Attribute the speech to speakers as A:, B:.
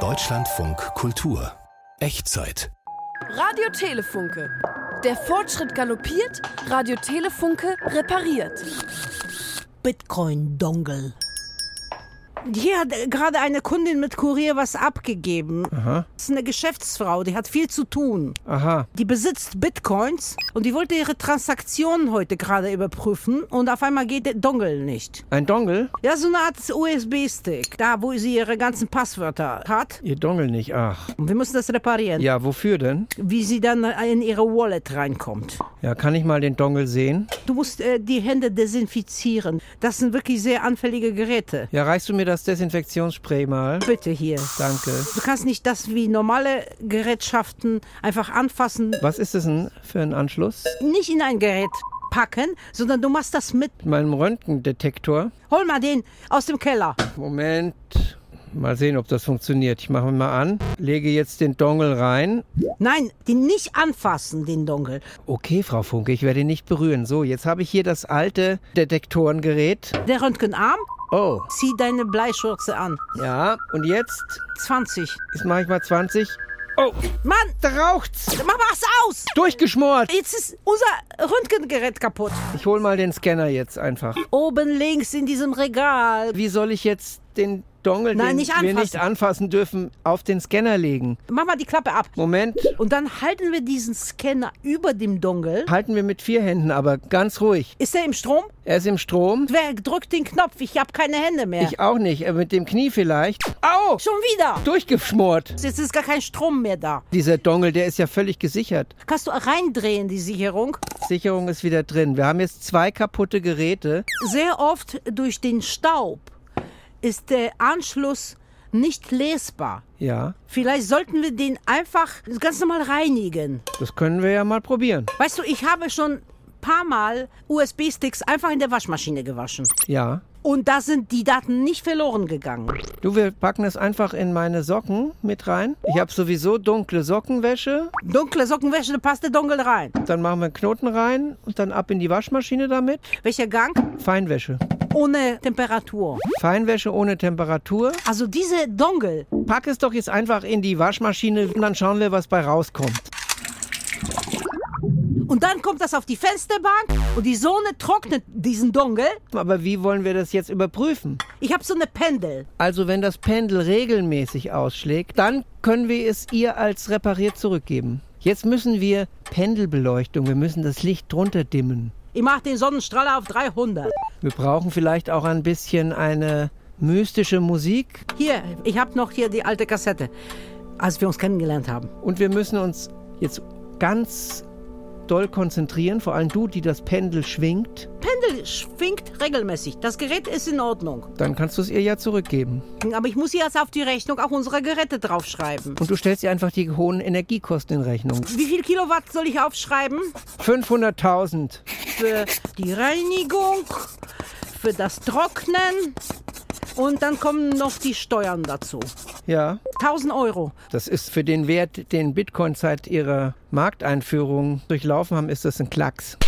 A: Deutschlandfunk Kultur. Echtzeit.
B: Radio Telefunke. Der Fortschritt galoppiert, Radio Telefunke repariert.
C: Bitcoin-Dongle. Hier hat gerade eine Kundin mit Kurier was abgegeben.
D: Aha.
C: Das ist eine Geschäftsfrau, die hat viel zu tun.
D: Aha.
C: Die besitzt Bitcoins und die wollte ihre Transaktionen heute gerade überprüfen und auf einmal geht der Dongle nicht.
D: Ein Dongle?
C: Ja, so eine Art USB-Stick, da wo sie ihre ganzen Passwörter hat.
D: Ihr Dongle nicht, ach.
C: Und wir müssen das reparieren,
D: Ja, wofür denn?
C: wie sie dann in ihre Wallet reinkommt.
D: Ja, kann ich mal den Dongle sehen?
C: Du musst äh, die Hände desinfizieren. Das sind wirklich sehr anfällige Geräte.
D: Ja, reichst du mir das Desinfektionsspray mal?
C: Bitte hier.
D: Danke.
C: Du kannst nicht das wie normale Gerätschaften einfach anfassen,
D: Was ist es denn für ein Anschluss?
C: nicht in ein Gerät packen, sondern du machst das mit.
D: Mit meinem Röntgendetektor.
C: Hol mal den aus dem Keller.
D: Moment. Mal sehen, ob das funktioniert. Ich mache ihn mal an. Lege jetzt den Dongle rein.
C: Nein, den nicht anfassen, den Dongle.
D: Okay, Frau Funke, ich werde ihn nicht berühren. So, jetzt habe ich hier das alte Detektorengerät.
C: Der Röntgenarm,
D: Oh,
C: zieh deine Bleischürze an.
D: ja. Und jetzt,
C: 20.
D: jetzt mache ich mal 20. Oh,
C: Mann,
D: da raucht's.
C: mach mach's aus!
D: Durchgeschmort.
C: Jetzt ist unser Röntgengerät kaputt.
D: Ich hole mal den Scanner jetzt einfach.
C: Oben links in diesem Regal.
D: Wie soll ich jetzt den Dongle,
C: Nein,
D: den
C: nicht
D: wir
C: anfassen.
D: nicht anfassen dürfen, auf den Scanner legen?
C: Mach mal die Klappe ab.
D: Moment.
C: Und dann halten wir diesen Scanner über dem Dongle.
D: Halten wir mit vier Händen, aber ganz ruhig.
C: Ist er im Strom?
D: Er ist im Strom.
C: Wer drückt den Knopf? Ich habe keine Hände mehr.
D: Ich auch nicht. Äh, Mit dem Knie vielleicht. Au!
C: Schon wieder.
D: Durchgeschmort.
C: Jetzt ist gar kein Strom mehr da.
D: Dieser Dongle, der ist ja völlig gesichert.
C: Kannst du reindrehen, die Sicherung?
D: Sicherung ist wieder drin. Wir haben jetzt zwei kaputte Geräte.
C: Sehr oft durch den Staub ist der Anschluss nicht lesbar.
D: Ja,
C: Vielleicht sollten wir den einfach ganz normal reinigen.
D: das können wir ja mal probieren.
C: Weißt du, ich habe schon ein paar Mal USB-Sticks einfach in der Waschmaschine gewaschen.
D: Ja.
C: Und da sind die Daten nicht verloren gegangen.
D: Du, wir packen es einfach in meine Socken mit rein. Ich habe sowieso dunkle Sockenwäsche.
C: Dunkle Sockenwäsche, da passt der Dongle rein.
D: Dann machen wir einen Knoten rein und dann ab in die Waschmaschine damit.
C: Welcher Gang?
D: Feinwäsche.
C: Ohne Temperatur.
D: Feinwäsche ohne Temperatur.
C: Also diese Dongle,
D: Pack es doch jetzt einfach in die Waschmaschine und dann schauen wir, was bei rauskommt.
C: Und dann kommt das auf die Fensterbank und die Sonne trocknet diesen Dongel.
D: Aber wie wollen wir das jetzt überprüfen?
C: Ich habe so eine Pendel.
D: Also wenn das Pendel regelmäßig ausschlägt, dann können wir es ihr als repariert zurückgeben. Jetzt müssen wir Pendelbeleuchtung, wir müssen das Licht drunter dimmen.
C: Ich mache den Sonnenstrahler auf 300.
D: Wir brauchen vielleicht auch ein bisschen eine mystische Musik
C: Hier, ich habe noch hier die alte Kassette, als wir uns kennengelernt haben.
D: und wir müssen uns jetzt ganz doll konzentrieren, vor allem du, die das Pendel schwingt.
C: Pendel schwingt regelmäßig. Das Gerät ist in Ordnung.
D: Dann kannst du es ihr ja zurückgeben.
C: Aber ich muss jetzt auf die Rechnung auch unsere Geräte draufschreiben.
D: Und du stellst ihr einfach die hohen Energiekosten in Rechnung.
C: Wie viel Kilowatt soll ich aufschreiben?
D: 500.000.
C: Für die Reinigung, für das Trocknen und dann kommen noch die Steuern dazu.
D: Ja,
C: 1000 Euro.
D: das ist für den Wert, den Bitcoin seit ihrer Markteinführung durchlaufen haben, ist das ein Klacks.